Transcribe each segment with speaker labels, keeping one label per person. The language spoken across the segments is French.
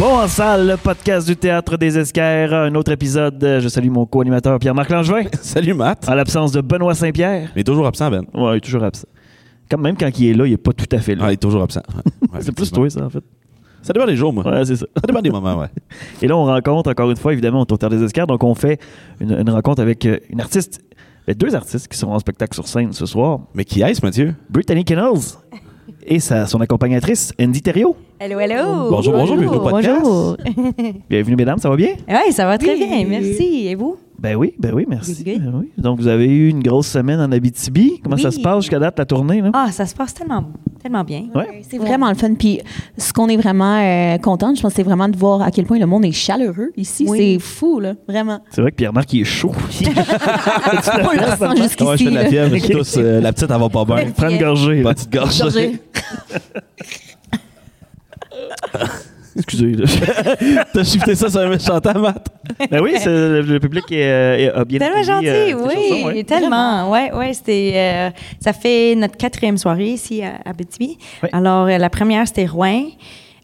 Speaker 1: en salle, le podcast du Théâtre des Esquerres. Un autre épisode. Je salue mon co-animateur Pierre-Marc Langevin.
Speaker 2: Salut Matt.
Speaker 1: En l'absence de Benoît Saint-Pierre.
Speaker 2: Il est toujours absent, Ben.
Speaker 1: Ouais, il est toujours absent. Quand même quand il est là, il est pas tout à fait là.
Speaker 2: Ah, il est toujours absent. Ouais, ouais,
Speaker 1: c'est plus
Speaker 2: effectivement.
Speaker 1: toi, ça, en fait.
Speaker 2: Ça dépend des jours, moi.
Speaker 1: Ouais, c'est ça.
Speaker 2: Ça dépend des moments, ouais.
Speaker 1: Et là, on rencontre, encore une fois, évidemment, au Tour des Esquerres. Donc, on fait une, une rencontre avec euh, une artiste, ben, deux artistes qui seront en spectacle sur scène ce soir.
Speaker 2: Mais qui est-ce, Mathieu?
Speaker 1: Brittany Kennels et sa, son accompagnatrice, Andy Thériault.
Speaker 3: Hello, hello!
Speaker 2: Bonjour, bonjour, bienvenue au podcast.
Speaker 3: Bonjour!
Speaker 1: Bienvenue, mesdames, ça va bien?
Speaker 3: Oui, ça va très
Speaker 4: Oui.
Speaker 3: bien, merci. Et vous?
Speaker 1: Ben oui, ben oui, merci.
Speaker 3: Good, good.
Speaker 1: Ben oui. Donc, vous avez eu une grosse semaine en Abitibi. Comment ça
Speaker 3: Oui.
Speaker 1: se passe jusqu'à date, la tournée? Là?
Speaker 3: Ah, ça se passe tellement, tellement bien.
Speaker 1: Ouais.
Speaker 4: C'est vraiment le fun. Puis ce qu'on est vraiment euh, contente, je pense, c'est vraiment de voir à quel point le monde est chaleureux ici.
Speaker 3: Oui.
Speaker 4: C'est fou, là, vraiment.
Speaker 1: C'est vrai que Pierre-Marc, il est chaud.
Speaker 4: On le ressent
Speaker 2: Comment Ah je
Speaker 4: jusqu'ici.
Speaker 2: fais de la
Speaker 4: là.
Speaker 2: fièvre? Je tousse, euh, la petite, elle va pas bien.
Speaker 1: Il prend une gorgée. là.
Speaker 2: Petite gorge.
Speaker 4: Gorgée.
Speaker 1: Excusez. là.
Speaker 2: T'as shifté ça sur un méchant temps, Matt?
Speaker 1: ben oui, c'est- le, le public est, euh, est- a bien
Speaker 3: Tellement
Speaker 1: accueilli,
Speaker 3: gentil,
Speaker 1: euh, ces
Speaker 3: oui,
Speaker 1: chansons, ouais.
Speaker 3: tellement. Ouais, ouais, c'était, euh, ça fait notre quatrième soirée ici à, à Abitibi.
Speaker 1: Oui.
Speaker 3: Alors, euh, la première, c'était Rouen.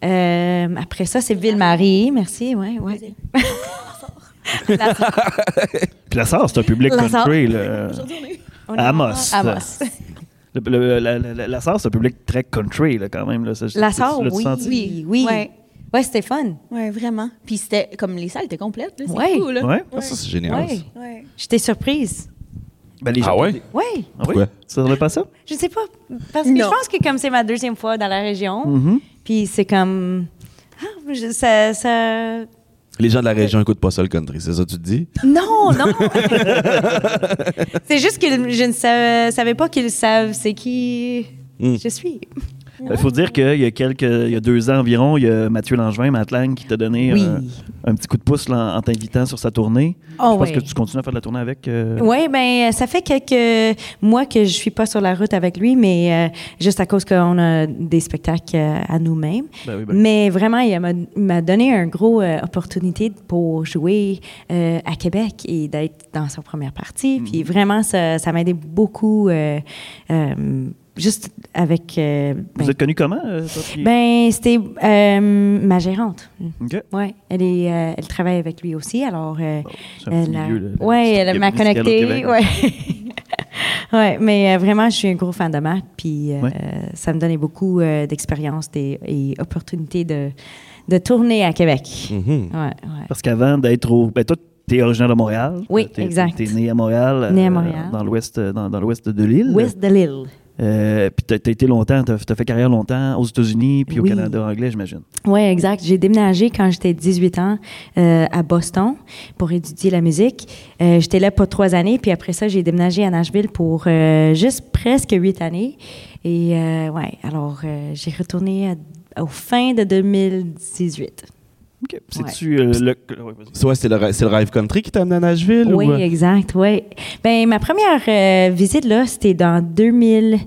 Speaker 3: Euh, après ça, c'est Ville-Marie. Merci, ouais, ouais.
Speaker 1: Puis la sœur, c'est un public
Speaker 3: La Sarre.
Speaker 1: country.
Speaker 2: euh.
Speaker 1: là.
Speaker 3: On est-
Speaker 1: À Amos.
Speaker 3: Amos.
Speaker 1: Le- le- la, la- la- la sœur, c'est un public très country, là, quand même. Là. Ça,
Speaker 3: La
Speaker 1: tu-
Speaker 3: Sarre,
Speaker 1: tu l'as-tu
Speaker 3: oui,
Speaker 1: senti?
Speaker 3: oui, oui.
Speaker 4: Ouais.
Speaker 3: Ouais, c'était fun.
Speaker 4: Ouais, vraiment. Puis c'était comme les salles étaient complètes. là, C'est
Speaker 3: Ouais.
Speaker 4: cool. Là.
Speaker 1: Ouais?
Speaker 2: Ah, ça, c'est génial.
Speaker 3: Ouais.
Speaker 2: ça.
Speaker 4: Ouais.
Speaker 3: J'étais surprise.
Speaker 1: Ben, les gens-
Speaker 2: Ah ouais?
Speaker 3: Ouais.
Speaker 1: Ah oui?
Speaker 2: Pourquoi?
Speaker 1: Ça ne pas ça?
Speaker 3: Je sais pas. Parce que je
Speaker 4: Non.
Speaker 3: pense que comme c'est ma deuxième fois dans la région,
Speaker 1: Mhm.
Speaker 3: puis c'est comme. Ah, je- ça, ça-
Speaker 2: Les gens de la région écoutent pas ça, le country. C'est ça que tu te dis?
Speaker 3: Non, non! c'est juste que je ne savais, savais pas qu'ils savent c'est qui
Speaker 2: Mm.
Speaker 3: je suis.
Speaker 1: Il Ben, faut dire qu'il y a quelques, il y a deux ans environ, il y a Mathieu Langevin, Matt Lang, qui t'a donné
Speaker 3: Oui.
Speaker 1: un, un petit coup de pouce là, en t'invitant sur sa tournée.
Speaker 3: Oh,
Speaker 1: Je pense
Speaker 3: ouais.
Speaker 1: que tu continues à faire de la tournée avec. euh,
Speaker 3: Oui, ben euh, ça fait quelques mois que je suis pas sur la route avec lui, mais euh, juste à cause qu'on a des spectacles euh, à nous-mêmes.
Speaker 1: Ben oui, ben oui.
Speaker 3: Mais vraiment, il m'a- il m'a donné une grosse opportunité pour jouer euh, à Québec et d'être dans sa première partie.
Speaker 1: Mhm.
Speaker 3: Puis vraiment, ça, ça m'a aidé beaucoup, euh, euh, juste avec... euh, ben,
Speaker 1: Vous êtes connu comment? euh, toi, puis-
Speaker 3: ben, c'était euh, ma gérante.
Speaker 1: Ok.
Speaker 3: Ouais, elle est, euh, elle travaille avec lui aussi. Alors, euh,
Speaker 1: c'est un petit
Speaker 3: elle, a-
Speaker 1: milieu, là, le
Speaker 3: ouais,
Speaker 1: musical-
Speaker 3: elle
Speaker 1: musical
Speaker 3: m'a
Speaker 1: au
Speaker 3: connectée.
Speaker 1: Québec.
Speaker 3: Ouais. ouais, mais euh, vraiment, je suis un gros fan de Matt, puis euh,
Speaker 1: Ouais.
Speaker 3: ça me donnait beaucoup euh, d'expérience des- et opportunités de, de tourner à Québec.
Speaker 2: Mhm.
Speaker 3: Ouais, ouais.
Speaker 1: Parce qu'avant d'être au. Ben, toi, t'es originaire de Montréal. Euh,
Speaker 3: Oui,
Speaker 1: T'es-
Speaker 3: exact.
Speaker 1: T'es né à Montréal.
Speaker 3: Né à
Speaker 1: euh,
Speaker 3: Montréal.
Speaker 1: dans l'ouest, euh, dans, dans l'ouest de l'île.
Speaker 3: West de Lille.
Speaker 1: Euh, puis t'as t'as été longtemps, t'as as fait carrière longtemps aux États-Unis, puis au
Speaker 3: Oui.
Speaker 1: Canada anglais, j'imagine.
Speaker 3: Oui, exact. J'ai déménagé quand j'étais 18 ans euh, à Boston pour étudier la musique. Euh, j'étais là pour trois années, puis après ça, j'ai déménagé à Nashville pour euh, juste presque huit années. Et euh, ouais, alors euh, j'ai retourné à- au fin de 2018.
Speaker 1: Ok. C'est-tu euh, le. ouais, vas-y.
Speaker 2: Soit c'est le, ra- c'est le Rive Country qui t'a amené à Nashville?
Speaker 3: Oui,
Speaker 2: ou... euh,
Speaker 3: exact, oui. Ben, ma première euh, visite, là, c'était dans 2000,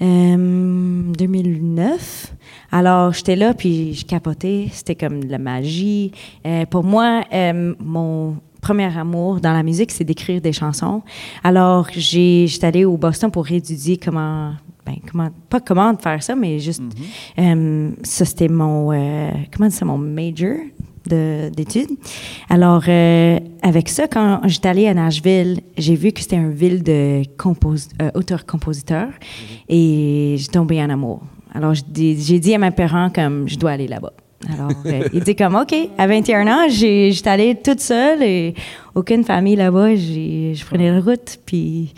Speaker 3: euh, 2009. Alors, j'étais là, puis je capotais. C'était comme de la magie. Euh, pour moi, euh, mon premier amour dans la musique, c'est d'écrire des chansons. Alors, j'ai- j'étais allée au Boston pour étudier comment... Ben, comment, pas comment faire ça, mais juste, euh, ça c'était mon, euh, comment dire ça, mon major de- d'études. Alors, euh, avec ça, quand j'étais allée à Nashville, j'ai vu que c'était une ville de compos- euh, auteurs-compositeurs et j'ai tombé en amour. Alors, je dis- j'ai dit à mes parents comme, je dois aller là-bas. Alors, euh, ils disaient comme, OK, à 21 ans, j'ai- j'étais allée toute seule et aucune famille là-bas. J'ai- Je prenais la route, puis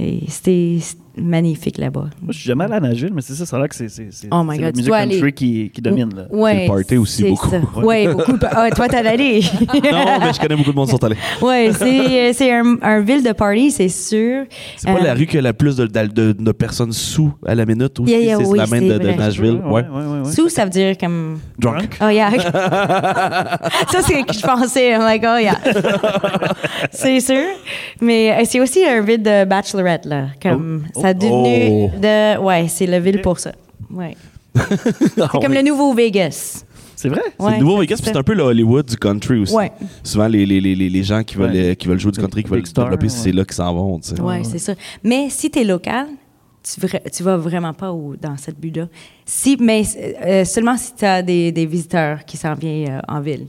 Speaker 3: et c'était c'était magnifique là-bas.
Speaker 1: Moi, je suis jamais allé à Nashville, mais c'est ça, ça a l'air que c'est c'est- c'est-
Speaker 3: Oh my
Speaker 1: c'est la
Speaker 3: God, tu
Speaker 1: musique
Speaker 3: dois
Speaker 1: country
Speaker 3: aller.
Speaker 1: qui, qui domine. Là.
Speaker 3: Ouais,
Speaker 2: C'est le party aussi,
Speaker 3: c'est
Speaker 2: beaucoup.
Speaker 3: ça. Ouais, beaucoup. Ah, toi, t'as allé.
Speaker 2: Non, mais je connais beaucoup de monde qui sont allés.
Speaker 3: Oui, c'est, euh, c'est un, un ville de party, c'est sûr.
Speaker 2: C'est pas
Speaker 3: Euh,
Speaker 2: la rue qui a la plus de, de- de- de personnes sous à la minute aussi.
Speaker 3: Yeah, yeah,
Speaker 2: c'est
Speaker 3: oui,
Speaker 2: la même
Speaker 3: c'est
Speaker 2: de, de
Speaker 3: vrai.
Speaker 2: Nashville.
Speaker 1: ouais,
Speaker 2: Ouais.
Speaker 1: ouais, ouais.
Speaker 3: Sous, ça veut dire comme.
Speaker 2: Drunk.
Speaker 3: Oh, yeah. ça, c'est ce que je pensais. I'm like, oh, yeah. c'est sûr. Mais euh, c'est aussi un ville de bachelorette, là. Comme,
Speaker 1: Oh.
Speaker 3: ça a devenu.
Speaker 2: Oh.
Speaker 3: De, ouais, c'est la ville pour ça. Ouais.
Speaker 2: Ah
Speaker 3: C'est comme le nouveau Vegas.
Speaker 1: C'est vrai?
Speaker 2: C'est le
Speaker 3: Ouais,
Speaker 2: nouveau
Speaker 3: ça,
Speaker 2: Vegas, puis
Speaker 3: c'est-
Speaker 2: c'est un peu le Hollywood du country aussi.
Speaker 3: Ouais.
Speaker 2: Souvent, les, les, les, les- les gens qui veulent,
Speaker 1: Ouais.
Speaker 2: euh, qui veulent jouer du
Speaker 1: Les
Speaker 2: country, qui
Speaker 1: big
Speaker 2: veulent
Speaker 1: stars,
Speaker 2: développer, c'est
Speaker 1: ouais.
Speaker 2: là qu'ils s'en vont. tu sais.
Speaker 3: Oui, c'est ça. Mais si tu es local, tu, vra- tu vas vraiment pas au- dans cette but-là. Si, mais euh, seulement si tu as des, des visiteurs qui s'en viennent euh, en ville.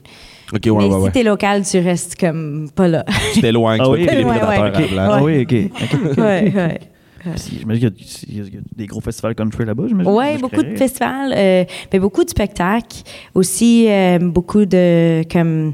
Speaker 2: Ok, ouais,
Speaker 3: mais
Speaker 2: ouais,
Speaker 3: si
Speaker 2: ouais.
Speaker 3: tu es local, tu restes comme pas là.
Speaker 2: Tu t'éloignes,
Speaker 1: Ah
Speaker 2: tu
Speaker 1: oui,
Speaker 2: vas écouter les
Speaker 3: ouais,
Speaker 2: prédateurs à la
Speaker 1: Ok.
Speaker 2: place.
Speaker 1: Ah oui, ok. ok.
Speaker 3: ouais, ouais.
Speaker 1: Si, J'imagine qu'il y a- s'il y, a- il y a des gros festivals country là-bas. j'imagine. Moi,
Speaker 3: Oui,
Speaker 1: je
Speaker 3: beaucoup de
Speaker 1: croirais.
Speaker 3: festivals, euh, mais beaucoup de spectacles. Aussi, euh, beaucoup de. comme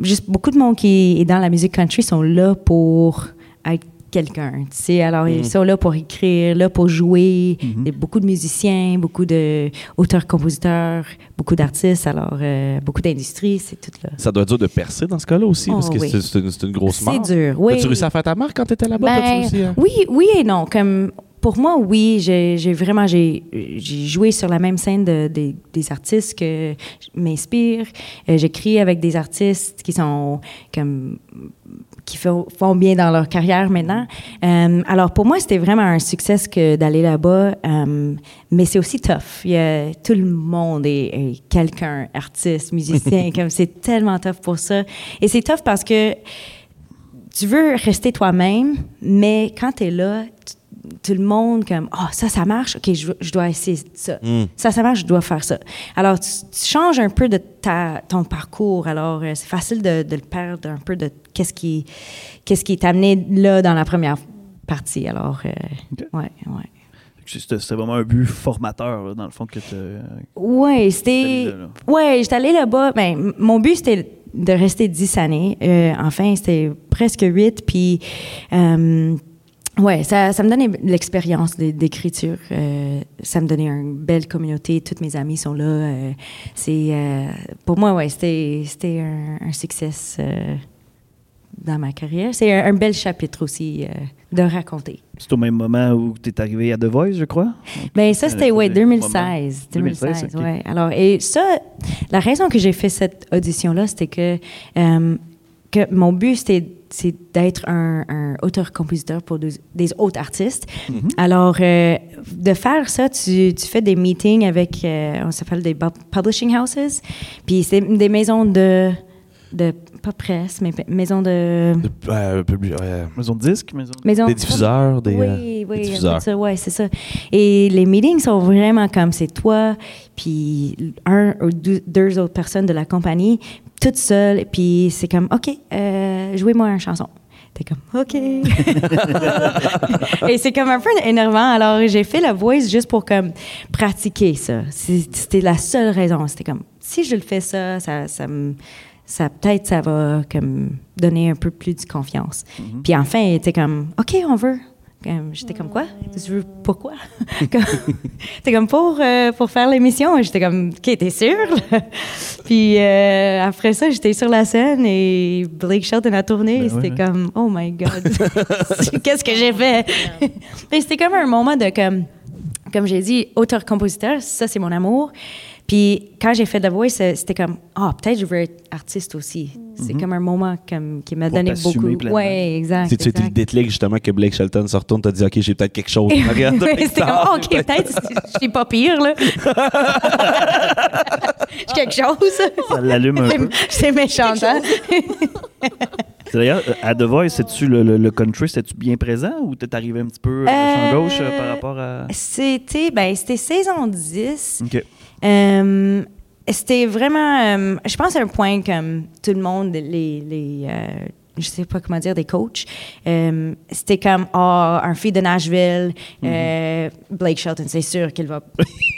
Speaker 3: Juste beaucoup de monde qui est dans la musique country sont là pour être quelqu'un. Tu sais, alors,
Speaker 1: Mm.
Speaker 3: ils sont là pour écrire, là pour jouer.
Speaker 1: Mm-hmm.
Speaker 3: Il y a beaucoup de musiciens, beaucoup d'auteurs-compositeurs, beaucoup d'artistes, alors, euh, beaucoup d'industries, c'est tout là.
Speaker 2: Ça doit être dur de percer dans ce cas-là aussi,
Speaker 3: Oh,
Speaker 2: parce que
Speaker 3: oui.
Speaker 2: c'est- c'est une, c'est une grosse
Speaker 3: C'est
Speaker 2: marque.
Speaker 3: dur, oui.
Speaker 2: As-tu réussi à faire ta marque quand t'étais là-bas?
Speaker 3: Ben,
Speaker 2: T'as-tu réussi à-
Speaker 3: Oui, oui et non. Comme pour moi, oui, j'ai j'ai vraiment j'ai j'ai joué sur la même scène de, des- des artistes que je m'inspire. Euh, J'écris avec des artistes qui sont comme qui font, font bien dans leur carrière maintenant. Euh, alors pour moi, c'était vraiment un succès ce que d'aller là-bas, euh, mais c'est aussi tough. Il y a- tout le monde est, est quelqu'un, artiste, musicien, comme c'est tellement tough pour ça. Et c'est tough parce que tu veux rester toi-même, mais quand tu es là, tu- tout le monde comme ah ça ça marche ok je, veux- je dois essayer ça ça ça marche je dois faire ça alors tu, tu changes un peu de ta ton parcours alors euh, c'est facile de, de le perdre un peu de qu'est-ce qui qu'est-ce qui est amené là dans la première partie alors euh,
Speaker 1: Ok.
Speaker 3: ouais ouais
Speaker 1: C'est- C'était c'était vraiment un but formateur, là, dans le fond, que tu.
Speaker 3: Ouais,
Speaker 1: allé
Speaker 3: c'était.
Speaker 1: là,
Speaker 3: Ouais, j'étais allée là-bas. Ben, m- mon but, c'était de rester 10 années. Euh, enfin, c'était presque 8. Puis, euh, ouais, ça, ça me donnait l'expérience d'é- d'écriture. Euh, ça me donnait une belle communauté. Toutes mes amies sont là. Euh, c'est, euh, pour moi, ouais, c'était c'était un, un succès euh, dans ma carrière. C'est un, un bel chapitre aussi euh, de raconter.
Speaker 1: C'est au même moment où tu es arrivé à The Voice, je crois.
Speaker 3: Ben ça, c'était,
Speaker 1: Euh,
Speaker 3: ouais,
Speaker 1: des
Speaker 3: 2016.
Speaker 1: moments.
Speaker 3: 2016,
Speaker 1: 2016, ok.
Speaker 3: ouais. Alors, et ça, la raison que j'ai fait cette audition-là, c'était que, euh, que mon but, c'était c'est d'être un, un auteur-compositeur pour des, des autres artistes. Alors, euh, de faire ça, tu, tu fais des meetings avec, euh, on s'appelle des bu- publishing houses, puis c'est des maisons de, de, pas presse, mais pa- maisons de...
Speaker 2: Euh, publi- euh,
Speaker 1: Maison de disque, maison de-
Speaker 3: Maisons
Speaker 2: des diffuseurs, des, euh, des
Speaker 3: oui, oui, en fait,
Speaker 2: diffuseurs.
Speaker 3: ça, ouais, c'est ça. Et les meetings sont vraiment comme c'est toi, puis un ou deux, deux autres personnes de la compagnie, toute seule, puis c'est comme, OK, euh, jouez-moi une chanson. T'es comme, OK. Et c'est comme un peu énervant. Alors, j'ai fait la voice juste pour comme pratiquer ça. C'est- C'était la seule raison. C'était comme, si je le fais ça, ça, ça me- ça- peut-être ça va comme donner un peu plus de confiance.
Speaker 1: Mm-hmm.
Speaker 3: Puis enfin, il était comme, OK, on veut. Comme, J'étais comme quoi? Tu veux pourquoi? Comme- T'es comme pour, euh, pour faire l'émission. Et J'étais comme, OK, t'es sûr? Puis euh, après ça, j'étais sur la scène et Blake Shelton a tourné.
Speaker 1: Ben
Speaker 3: et c'était
Speaker 1: ouais.
Speaker 3: comme, oh my God, qu'est-ce que j'ai fait? Mais c'était comme un moment de, comme, comme j'ai dit, auteur-compositeur, ça, c'est mon amour. Puis quand j'ai fait The Voice, euh, c'était comme, ah, peut-être je veux être artiste aussi. C'est comme un moment comme, qui m'a
Speaker 1: Mhm. Pour
Speaker 3: donné
Speaker 1: t'assumer
Speaker 3: beaucoup.
Speaker 1: pleinement.
Speaker 3: Ouais, exact.
Speaker 2: C'est-tu été le
Speaker 3: exact.
Speaker 2: déclic justement que Blake Shelton se retourne, t'as dit OK, j'ai peut-être quelque chose. Regarde,
Speaker 3: Ouais, c'était comme, OK, peut-être, je suis pas pire, là. J'ai quelque chose.
Speaker 1: Ça l'allume un peu.
Speaker 3: C'est méchant, hein?
Speaker 1: C'est D'ailleurs, euh, à The Voice, c'est-tu le, le- le country, c'est-tu bien présent ou t'es arrivé un petit peu euh,
Speaker 3: Euh,
Speaker 1: champ gauche euh, par rapport à.
Speaker 3: C'était, ben, c'était saison 10.
Speaker 1: Ok.
Speaker 3: Euh, c'était vraiment, euh, je pense, un point comme tout le monde, les, les euh, je sais pas comment dire, des coachs. euh, c'était comme, ah, un fille de Nashville, euh, Blake Shelton, c'est sûr qu'il va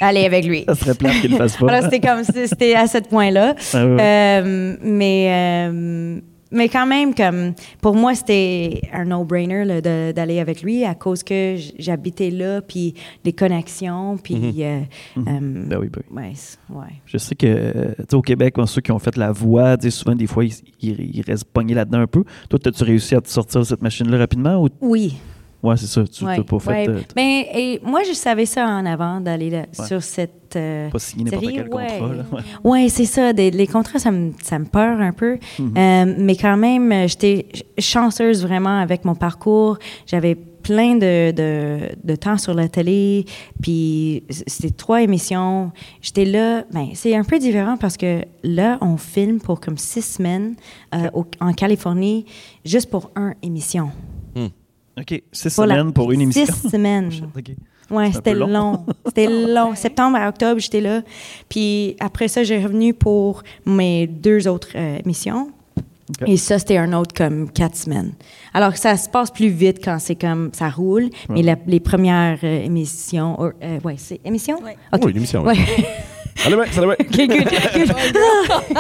Speaker 3: aller avec lui.
Speaker 1: Mm-hmm. Ça serait plate qu'il le fasse pas.
Speaker 3: Alors, c'était comme, c'est- c'était à ce point-là.
Speaker 1: Ah ouais.
Speaker 3: Euh, mais, euh, mais quand même, comme, pour moi, c'était un no-brainer là, de- d'aller avec lui à cause que j- j'habitais là, puis les connexions, puis. euh, euh,
Speaker 1: Mm-hmm. Ben oui, ben oui.
Speaker 3: ouais, c- ouais.
Speaker 1: Je sais que, euh, tu sais, au Québec, moi, ceux qui ont fait la voix, tu sais, souvent, des fois, ils, ils- ils restent pognés là-dedans un peu. Toi, as-tu réussi à te sortir de cette machine-là rapidement ou.
Speaker 3: Oui.
Speaker 1: Ouais, c'est ça. Tu
Speaker 3: ouais,
Speaker 1: t'as pas fait.
Speaker 3: ouais.
Speaker 1: euh, t'as
Speaker 3: Mais et moi, je savais ça en avant d'aller là-
Speaker 1: Ouais.
Speaker 3: sur cette. euh,
Speaker 1: pas signé n'importe
Speaker 3: série,
Speaker 1: quel
Speaker 3: ouais.
Speaker 1: contrat, là. Ouais.
Speaker 3: Oui, c'est ça. Des- les contrats, ça me, ça me peur un peu.
Speaker 1: Mm-hmm.
Speaker 3: Euh, mais quand même, euh, j'étais ch- chanceuse vraiment avec mon parcours. J'avais plein de, de, de temps sur la télé. Puis c- c'était trois émissions. J'étais là. Ben, c'est un peu différent parce que là, on filme pour comme six semaines euh, au- en Californie juste pour une émission.
Speaker 1: OK. Six
Speaker 3: Voilà.
Speaker 1: semaines pour une émission.
Speaker 3: Six semaines.
Speaker 1: OK.
Speaker 3: Ouais,
Speaker 1: C'est un
Speaker 3: c'était
Speaker 1: peu long.
Speaker 3: long. C'était long. Septembre à octobre, j'étais là. Puis après ça, j'ai revenu pour mes deux autres euh, missions.
Speaker 1: OK.
Speaker 3: Et ça, c'était un autre comme quatre semaines. Alors, ça se passe plus vite quand c'est comme ça roule, mais la- les premières euh, émissions. euh, euh, ouais, c'est émission?
Speaker 4: Ouais.
Speaker 3: OK.
Speaker 2: Oui, une émission, oui.
Speaker 3: Ouais.
Speaker 2: Allez, ben, ça va.
Speaker 3: OK, good, good.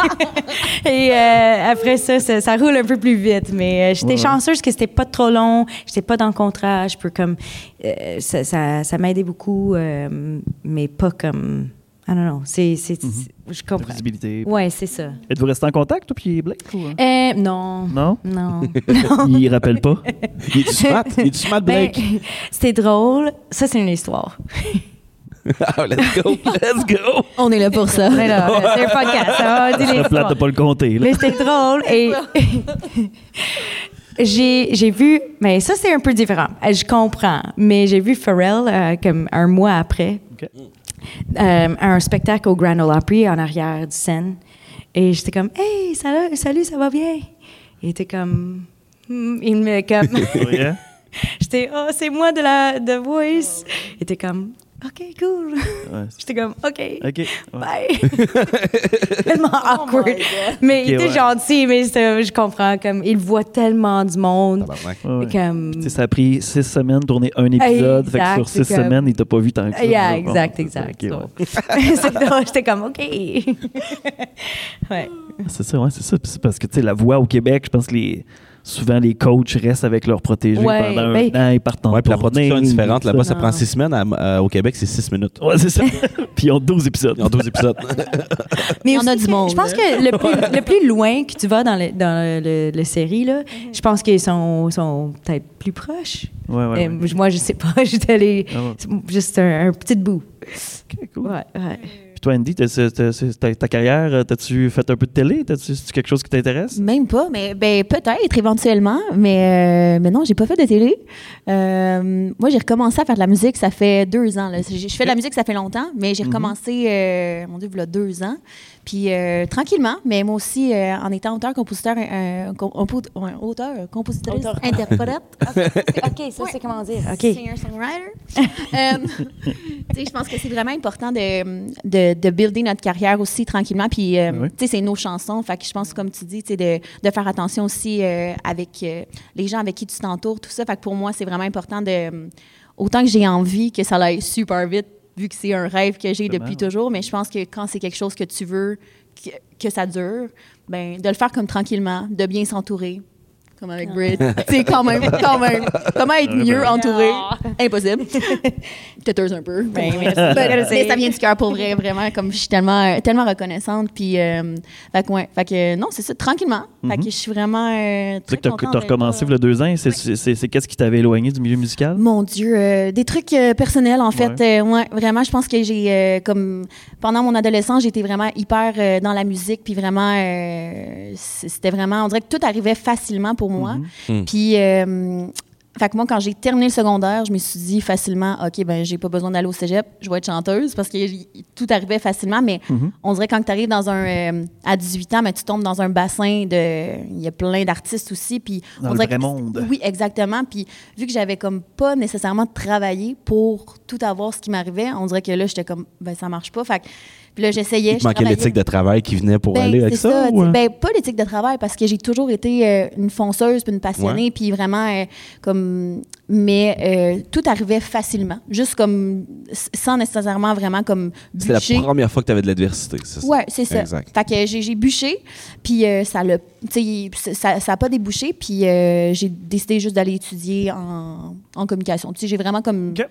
Speaker 3: Et euh, après ça, ça, ça roule un peu plus vite, mais euh, j'étais
Speaker 1: Ouais, ouais.
Speaker 3: chanceuse que c'était pas trop long, j'étais pas dans le contrat, je peux comme... euh, ça ça, ça m'aidait beaucoup, euh, mais pas comme... Ah non, non, c'est... c'est-
Speaker 1: Mm-hmm.
Speaker 3: c'est- Je
Speaker 1: La
Speaker 3: comprends.
Speaker 1: visibilité.
Speaker 3: Ouais, c'est ça.
Speaker 1: Êtes-vous resté en contact, toi, puis Blake? ou, euh?
Speaker 3: Euh, non.
Speaker 1: Non?
Speaker 3: Non.
Speaker 1: Il rappelle pas?
Speaker 2: Il est-tu smart? Il est-tu smart,
Speaker 3: Ben,
Speaker 2: Blake?
Speaker 3: c'était drôle. Ça, c'est une histoire.
Speaker 2: Ah, let's go, let's go!
Speaker 4: On est là pour ça.
Speaker 3: Mais là, c'est un podcast, ça va
Speaker 1: Ça
Speaker 3: dire des
Speaker 1: serait plate de
Speaker 3: histoires.
Speaker 1: pas le compter. Là.
Speaker 3: Mais c'était drôle et j'ai j'ai vu, mais ça c'est un peu différent. Euh, Je comprends, mais j'ai vu Pharrell euh, comme un mois après
Speaker 1: OK.
Speaker 3: euh, à un spectacle au Grand Ole Opry en arrière du scène et j'étais comme hey salut salut ça va bien. Il était comme Hmm, il me comme
Speaker 1: Oui, hein?
Speaker 3: j'étais oh c'est moi de la de Voice. Il était comme ok cool.
Speaker 1: Ouais.
Speaker 3: J'étais comme ok.
Speaker 1: OK. ouais.
Speaker 3: Bye. tellement
Speaker 4: Oh
Speaker 3: awkward. mais il
Speaker 1: Ok,
Speaker 3: était
Speaker 1: ouais.
Speaker 3: gentil, mais ça, je comprends. Comme, il voit tellement du monde.
Speaker 2: Tabarnak.
Speaker 1: Ouais, Ah bah, ouais.
Speaker 3: Et Comme,
Speaker 1: Tu sais, ça a pris six semaines de tourner un épisode. fait que
Speaker 3: Exact,
Speaker 1: sur
Speaker 3: c'est
Speaker 1: six
Speaker 3: comme-
Speaker 1: semaines, il t'a pas vu tant que ça.
Speaker 3: yeah,
Speaker 1: Bon,
Speaker 3: exact,
Speaker 1: c'est ça,
Speaker 3: exact.
Speaker 1: ok,
Speaker 3: So-
Speaker 1: ouais.
Speaker 3: C'est drôle, J'étais comme, OK. ouais.
Speaker 1: Ah, C'est ça, ouais, c'est ça. Puis c'est parce que, tu sais, la voix au Québec, je pense que les- souvent les coachs restent avec leurs protégés
Speaker 3: Ouais,
Speaker 1: pendant
Speaker 3: ben-
Speaker 1: un an, ils partent en
Speaker 2: Ouais, puis la
Speaker 1: tournée,
Speaker 2: production est différente.
Speaker 1: tout ça.
Speaker 2: Là-bas, ça
Speaker 3: Non.
Speaker 2: prend six semaines. à- à- au Québec, c'est six minutes.
Speaker 1: Ouais, c'est ça. puis ils ont 12 épisodes.
Speaker 2: En 12 épisodes.
Speaker 3: Mais
Speaker 4: Il y en a
Speaker 3: aussi
Speaker 4: du
Speaker 3: que-
Speaker 4: monde,
Speaker 3: Je pense
Speaker 4: hein.
Speaker 3: que le plus, le plus loin que tu vas dans le, dans le, le- le série, là,
Speaker 4: Mhm.
Speaker 3: je pense qu'ils sont, sont peut-être plus proches.
Speaker 1: Ouais, ouais.
Speaker 3: Euh,
Speaker 1: ouais.
Speaker 3: Moi, je sais pas. J'étais allée
Speaker 1: Ah ouais.
Speaker 3: c'est juste un, un petit bout.
Speaker 1: Ok, cool.
Speaker 3: Ouais, ouais.
Speaker 1: Puis toi, Andy, t'as- t'as- t'as- t'as- ta carrière, euh, t'as-tu fait un peu de télé? T'as-tu c'est-tu quelque chose qui t'intéresse?
Speaker 4: Même pas, mais ben, peut-être éventuellement, mais, euh, mais non, j'ai pas fait de télé. Euh, moi, j'ai recommencé à faire de la musique, ça fait deux ans. là. J'ai- Je fais de la musique, ça fait longtemps, mais j'ai recommencé, euh, mon Dieu, il y a deux ans. Puis euh, tranquillement, mais moi aussi, euh, en étant auteur, compositeur, euh, com- compo- ouais, auteur, compositrice,
Speaker 3: Auteur.
Speaker 4: interprète.
Speaker 3: OK, ça, c'est comment dire? OK.
Speaker 4: Singer-songwriter. Euh, tu sais, je pense que c'est vraiment important de, de, de builder notre carrière aussi tranquillement. Puis, euh,
Speaker 1: Ben oui.
Speaker 4: tu sais, c'est nos chansons. Fait que je pense, comme tu dis, tu sais, de, de faire attention aussi euh, avec euh, les gens avec qui tu t'entoures, tout ça. Fait que pour moi, c'est vraiment important de. Autant que j'ai envie que ça aille super vite, vu que c'est un rêve que j'ai
Speaker 1: Exactement,
Speaker 4: depuis
Speaker 1: ouais.
Speaker 4: toujours, mais je pense que quand c'est quelque chose que tu veux que, que ça dure, ben, de le faire comme tranquillement, de bien s'entourer. Comme avec
Speaker 3: Ah.
Speaker 4: Brit. tu sais, quand même, quand même. Comment être mieux entouré?
Speaker 3: Ah.
Speaker 4: Impossible. Têteuse un peu.
Speaker 3: Ben,
Speaker 4: mais-
Speaker 3: merci.
Speaker 4: mais ça vient du cœur pour vrai, vraiment. Comme je suis tellement, euh, tellement reconnaissante. Puis, euh, fait que, ouais, fait que, euh, non, c'est ça, tranquillement. Fait
Speaker 3: Mhm.
Speaker 4: que je suis vraiment. euh,
Speaker 1: Tu sais
Speaker 4: très
Speaker 1: que
Speaker 4: contente
Speaker 1: t'as- t'as
Speaker 4: d'être euh,
Speaker 1: recommencé
Speaker 4: là.
Speaker 1: il y a deux ans. C'est- C'est c'est- c'est qu'est-ce qui t'avait éloigné du milieu musical?
Speaker 4: Mon Dieu, euh, des trucs euh, personnels en fait. Euh, ouais, vraiment, je pense que j'ai euh, comme pendant mon adolescence, j'étais vraiment hyper euh, dans la musique, puis vraiment, euh, c- c'était vraiment, on dirait que tout arrivait facilement pour moi.
Speaker 1: Mm-hmm. Mm.
Speaker 4: Puis euh, fait que moi, quand j'ai terminé le secondaire, je me suis dit facilement, OK, ben j'ai pas besoin d'aller au cégep, je vais être chanteuse parce que y- tout arrivait facilement. Mais
Speaker 1: Mm-hmm.
Speaker 4: on dirait que quand tu arrives dans un. euh, à 18 ans, mais tu tombes dans un bassin de. Il y a plein d'artistes aussi. Puis
Speaker 1: Dans
Speaker 4: on
Speaker 1: le
Speaker 4: dirait
Speaker 1: vrai
Speaker 4: que-
Speaker 1: monde.
Speaker 4: Oui, exactement. Puis vu que j'avais comme pas nécessairement travaillé pour tout avoir ce qui m'arrivait, on dirait que là, j'étais comme, ben ça marche pas. Fait que. Puis là, j'essayais.
Speaker 2: Il te
Speaker 4: je
Speaker 2: manquait
Speaker 4: travaillais.
Speaker 2: l'éthique de travail qui venait pour
Speaker 4: Ben,
Speaker 2: aller avec
Speaker 4: c'est
Speaker 2: ça.
Speaker 4: tu
Speaker 2: ou,
Speaker 4: sais,
Speaker 2: euh?
Speaker 4: ben, pas l'éthique de travail, parce que j'ai toujours été euh, une fonceuse, puis une passionnée,
Speaker 2: Ouais.
Speaker 4: puis vraiment euh, comme. Mais euh, tout arrivait facilement, juste comme s- sans nécessairement vraiment comme
Speaker 2: C'était la
Speaker 4: bûcher.
Speaker 2: première fois que tu avais de l'adversité. c'est ça?
Speaker 4: Ouais, c'est ça.
Speaker 2: Exact.
Speaker 4: Fait que j'ai j'ai bûché, puis euh, ça l'a, tu sais, ça, ça a pas débouché, puis euh, j'ai décidé juste d'aller étudier en, en communication. Tu sais, j'ai vraiment comme
Speaker 1: OK.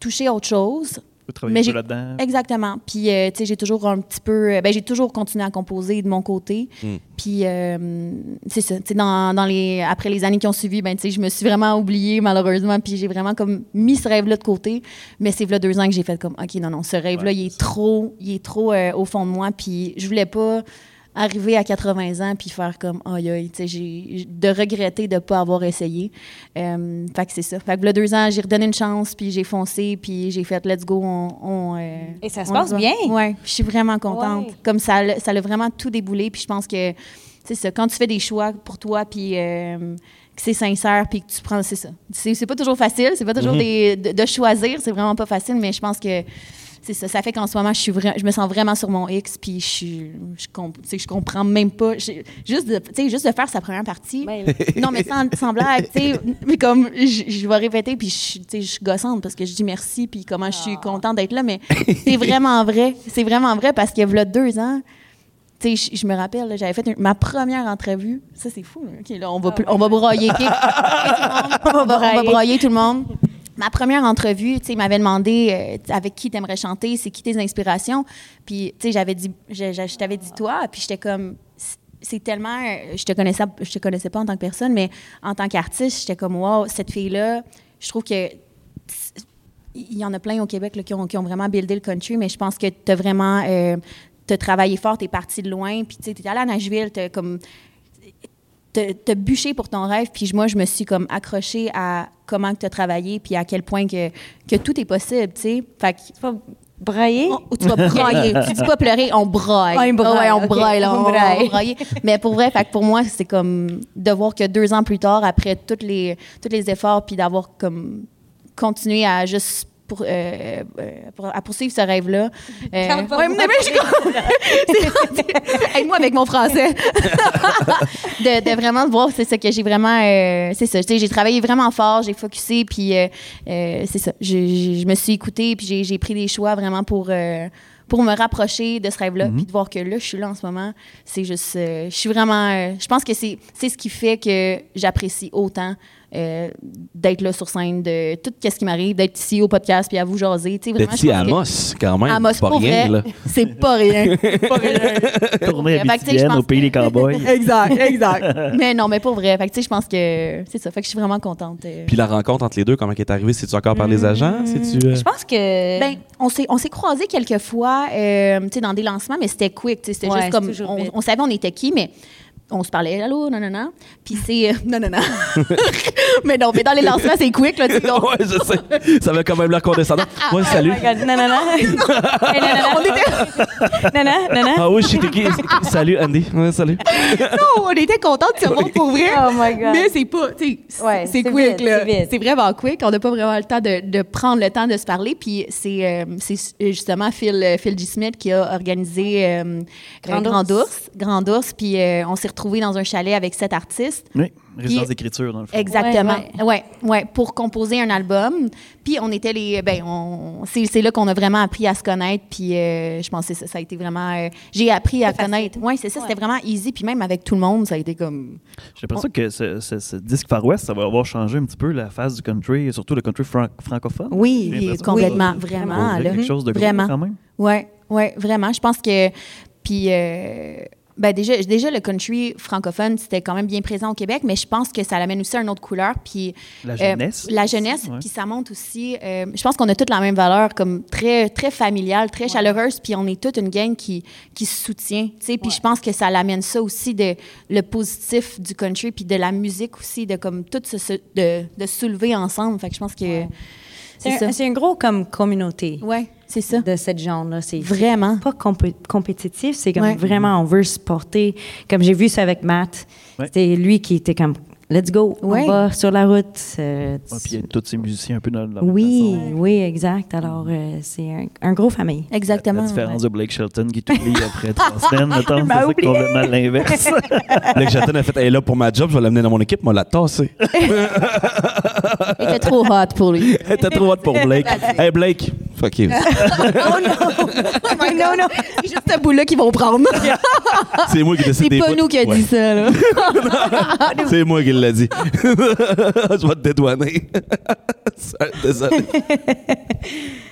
Speaker 4: touché à autre chose.
Speaker 1: Tu travailler
Speaker 4: Mais
Speaker 1: un peu
Speaker 4: j'ai-
Speaker 1: là-dedans.
Speaker 4: Exactement. Puis, euh, tu sais, j'ai toujours un petit peu. euh, ben, j'ai toujours continué à composer de mon côté. Puis, euh, c'est ça. Tu sais, dans, dans les, après les années qui ont suivi, ben, tu sais, je me suis vraiment oubliée, malheureusement. Puis, j'ai vraiment comme mis ce rêve-là de côté. Mais c'est là deux ans que j'ai fait comme, OK, non, non, ce rêve-là,
Speaker 1: Ouais,
Speaker 4: il est trop, il est trop euh, au fond de moi. Puis, je voulais pas arriver à 80 ans puis faire comme aïe aïe tu sais j'ai de regretter de pas avoir essayé Euh, fait que c'est ça fait que là deux ans j'ai redonné une chance puis j'ai foncé puis j'ai fait let's go on, on, euh,
Speaker 3: Et ça se
Speaker 4: on
Speaker 3: passe
Speaker 4: y va.
Speaker 3: bien.
Speaker 4: ouais je suis vraiment contente
Speaker 3: Ouais.
Speaker 4: comme ça l'a- ça l'a vraiment tout déboulé puis je pense que c'est ça quand tu fais des choix pour toi puis euh, que c'est sincère, puis que tu prends, c'est ça. C'est c'est pas toujours facile, c'est pas toujours des, de, de choisir, c'est vraiment pas facile, mais je pense que c'est ça. Ça fait qu'en ce moment, je, suis vra- je me sens vraiment sur mon X, puis je, suis- je, comp- tu sais, je comprends même pas. J'ai- Juste de, tu sais, juste de faire sa première partie.
Speaker 3: Ben
Speaker 4: Non, mais sans, sans blague, tu sais, mais comme je, je vais répéter, puis je, suis- tu sais, je suis gossante parce que je dis merci, puis comment je suis contente d'être là, mais c'est vraiment vrai. C'est vraiment vrai parce qu'il y a deux ans, tu sais, je, je me rappelle, là, j'avais fait une- ma première entrevue. Ça, c'est fou. là. OK, là, on va, pl- on va broyer. OK? OK, tout le monde, on, va, on va broyer tout le monde. Ma première entrevue, tu sais, il m'avait demandé euh, avec qui t'aimerais chanter, c'est qui tes inspirations. Puis, tu sais, j'avais dit, je, je- je t'avais dit toi, puis j'étais comme, c'est- c'est tellement, euh, je te connaissais, je te connaissais pas en tant que personne, mais en tant qu'artiste, j'étais comme, wow, cette fille-là, je trouve que il y en a plein au Québec là, qui, ont, qui ont vraiment buildé le country, mais je pense que tu as vraiment euh, t'as travaillé fort, tu es parti de loin, puis tu es allé à Nashville, tu comme t'as t'as bûché pour ton rêve, puis je- moi, je me suis comme accrochée à comment tu as travaillé, puis à quel point que, que tout est possible, tu sais. Fait que
Speaker 3: Tu vas brailler?
Speaker 4: on- ou tu vas brailler. tu dis pas pleurer, on braille.
Speaker 3: Ah, on braille,
Speaker 4: Ah ouais, on
Speaker 3: ok.
Speaker 4: braille, là,
Speaker 3: On
Speaker 4: on, on
Speaker 3: braille.
Speaker 4: braille. Mais pour vrai, fait que pour moi, c'est comme de voir que deux ans plus tard, après tous les, tous les efforts, puis d'avoir comme continué à juste pour, euh, euh, pour- à poursuivre ce rêve-là. Euh,
Speaker 3: Parle pas
Speaker 4: ouais,
Speaker 3: de
Speaker 4: mais- mais je suis comme- c'est rendu- Aide-moi avec mon français. de, de vraiment voir, c'est ça que j'ai vraiment. euh, c'est ça, tu sais, j'ai travaillé vraiment fort, j'ai focusé, puis euh, euh, c'est ça. Je, je- je me suis écoutée, puis j'ai- j'ai pris des choix vraiment pour, euh, pour me rapprocher de ce rêve-là,
Speaker 2: Mhm.
Speaker 4: puis de voir que là, je suis là en ce moment. C'est juste. euh, je suis vraiment. euh, je pense que c'est c'est ce qui fait que j'apprécie autant. euh, d'être là sur scène, de tout ce qui m'arrive, d'être ici au podcast, puis à vous jaser. Tu sais, vraiment,
Speaker 2: D'être
Speaker 4: je
Speaker 2: ici à
Speaker 4: pense que-
Speaker 2: Amos, quand même.
Speaker 4: Amos,
Speaker 2: pas
Speaker 4: pour
Speaker 2: rien,
Speaker 4: vrai,
Speaker 2: là.
Speaker 4: c'est pas rien. Pas rien.
Speaker 1: Tournée
Speaker 4: Fait que, tu sais, je
Speaker 1: habitienne
Speaker 4: pense
Speaker 1: au pays des cowboys.
Speaker 3: Exact, exact.
Speaker 4: Mais non, mais pour vrai. Fait que, tu sais, je pense que c'est ça. Fait que je suis vraiment contente. euh.
Speaker 2: Puis la rencontre entre les deux, comment elle est arrivée? C'est-tu encore par les
Speaker 4: Hmm,
Speaker 2: agents? C'est-tu, euh,
Speaker 3: Je pense que.
Speaker 4: Ben, on s'est, on s'est croisés quelques fois, euh, tu sais, dans des lancements, mais c'était quick, tu sais, c'était
Speaker 3: Ouais,
Speaker 4: juste comme,
Speaker 3: c'est toujours
Speaker 4: on,
Speaker 3: vite.
Speaker 4: on savait on était qui, mais on se parlait, allô, non, non, non, puis c'est, euh, non, non, non, mais non, mais dans les lancements, c'est quick, là, tu sais, on-
Speaker 2: ouais, je sais. Ça avait quand même l'air condescendant.
Speaker 4: Ah,
Speaker 2: Moi,
Speaker 3: Oh
Speaker 2: salut.
Speaker 3: my God. Non, non, non. Hey, non, non, non. Non, non, non, non.
Speaker 2: Ah oui, je sais t'es qui. Salut, Andy. Ouais, salut.
Speaker 4: non, on était contents de se voir pour vrai,
Speaker 3: Oh my God.
Speaker 4: mais c'est pas, tu sais, c'est-
Speaker 3: Ouais,
Speaker 4: c'est
Speaker 3: c'est
Speaker 4: quick,
Speaker 3: vite,
Speaker 4: là,
Speaker 3: c'est vite.
Speaker 4: c'est vraiment quick, on n'a pas vraiment le temps de, de prendre le temps de se parler, puis c'est, euh, c'est justement Phil, euh, Phil G. Smith qui a organisé euh,
Speaker 3: Grand
Speaker 4: Grand,
Speaker 3: Ours.
Speaker 4: Ours, Grand Ours, puis euh, on s'est retrouvés dans un chalet avec sept artistes,
Speaker 1: Oui, résidence
Speaker 4: Puis-
Speaker 1: d'écriture, dans le fond.
Speaker 4: Exactement.
Speaker 3: Ouais,
Speaker 4: Ouais, ouais. pour composer un album. Puis on était les ben on c'est c'est là qu'on a vraiment appris à se connaître puis euh, je pense que ça, ça a été vraiment euh, j'ai appris à connaître. Ouais, c'est ça, c'était vraiment easy puis même avec tout le monde, ça a été comme
Speaker 1: J'ai l'impression que ce, ce- ce disque Far West, ça va avoir changé un petit peu la phase du country, et surtout le country fran- francophone.
Speaker 4: Oui,
Speaker 1: J'ai l'impression
Speaker 4: complètement,
Speaker 1: que-
Speaker 4: vraiment,
Speaker 1: On dirait
Speaker 4: là.
Speaker 1: quelque chose de gros,
Speaker 4: Vraiment.
Speaker 1: quand même.
Speaker 4: Ouais, ouais, vraiment, je pense que puis euh, ben déjà, déjà, le country francophone, c'était quand même bien présent au Québec, mais je pense que ça l'amène aussi à une autre couleur. Puis,
Speaker 1: La
Speaker 4: euh,
Speaker 1: jeunesse
Speaker 4: la
Speaker 1: aussi,
Speaker 4: jeunesse,
Speaker 1: ouais.
Speaker 4: puis ça monte aussi. euh, je pense qu'on a toutes la même valeur, comme très, très familiale, très chaleureuse, puis on est toute une gang qui, qui se soutient. tu sais, Puis je pense que ça l'amène ça aussi, de, le positif du country, puis de la musique aussi, de comme tout se, se- de, de soulever ensemble. Fait que je pense que c'est
Speaker 3: C'est un-
Speaker 4: ça.
Speaker 3: c'est un gros comme communauté
Speaker 4: Ouais, c'est ça.
Speaker 3: de cette genre-là. C'est
Speaker 4: Vraiment.
Speaker 3: pas compé- compétitif, c'est comme
Speaker 4: Ouais.
Speaker 3: vraiment on veut se porter. Comme j'ai vu ça avec Matt,
Speaker 1: Ouais.
Speaker 3: c'était lui qui était comme let's go,
Speaker 4: Ouais.
Speaker 3: on va sur la route. euh,
Speaker 1: Ouais, puis il y a tous ces musiciens un peu dans la même
Speaker 3: oui,
Speaker 1: façon.
Speaker 3: oui, exact. Alors euh, c'est un, un gros famille.
Speaker 4: Exactement.
Speaker 1: La différence de Blake Shelton qui t'oublie après trois semaines, mettons, c'est
Speaker 3: m'a
Speaker 1: ça,
Speaker 3: oublié.
Speaker 1: complètement l'inverse.
Speaker 2: Blake Shelton a fait, elle est là pour ma job, je vais l'amener dans mon équipe, moi, la tasser.
Speaker 4: ouais. Il était trop hot pour lui.
Speaker 2: Elle était trop hot pour Blake. Hey, Blake. Fuck you.
Speaker 4: oh non! non, non! C'est juste ce bout-là qu'ils vont prendre.
Speaker 2: C'est moi qui décide
Speaker 4: C'est
Speaker 2: des
Speaker 4: pas
Speaker 2: potes.
Speaker 4: nous qui a
Speaker 2: Ouais.
Speaker 4: dit ça, là.
Speaker 2: C'est moi qui l'a dit. je vais te dédouaner. Désolé.